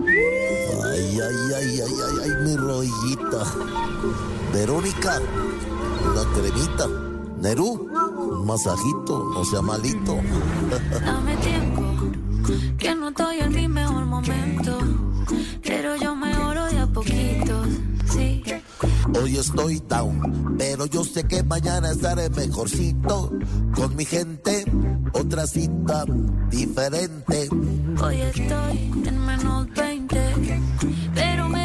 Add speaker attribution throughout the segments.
Speaker 1: Ay, ay, ay, ay, ay, ay, mi rollita. Verónica, una cremita. Nerú, un masajito, no sea malito.
Speaker 2: Dame tiempo, que no estoy en mi mejor momento. Pero yo mejoro de a poquito, sí.
Speaker 1: Hoy estoy down, pero yo sé que mañana estaré mejorcito. Con mi gente, otra cita diferente.
Speaker 2: Hoy estoy en menos 20, pero me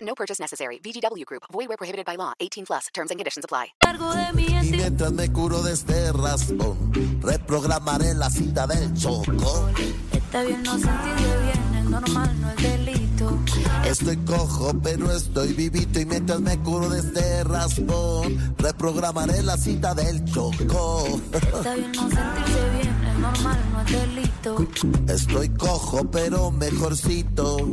Speaker 3: No purchase necessary. VGW Group. Void where prohibited by law. 18 plus. Terms and conditions apply.
Speaker 2: cargo de mi
Speaker 1: Y
Speaker 2: gente.
Speaker 1: mientras me curo de este raspón, reprogramaré la cita del choco.
Speaker 2: Está bien, no sentiré bien, es normal, no es delito.
Speaker 1: Estoy cojo, pero estoy vivito. Y mientras me curo de este raspón, reprogramaré la cita del choco.
Speaker 2: Está bien, no sentirse bien, es normal, no es delito.
Speaker 1: Estoy cojo, pero mejorcito.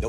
Speaker 4: No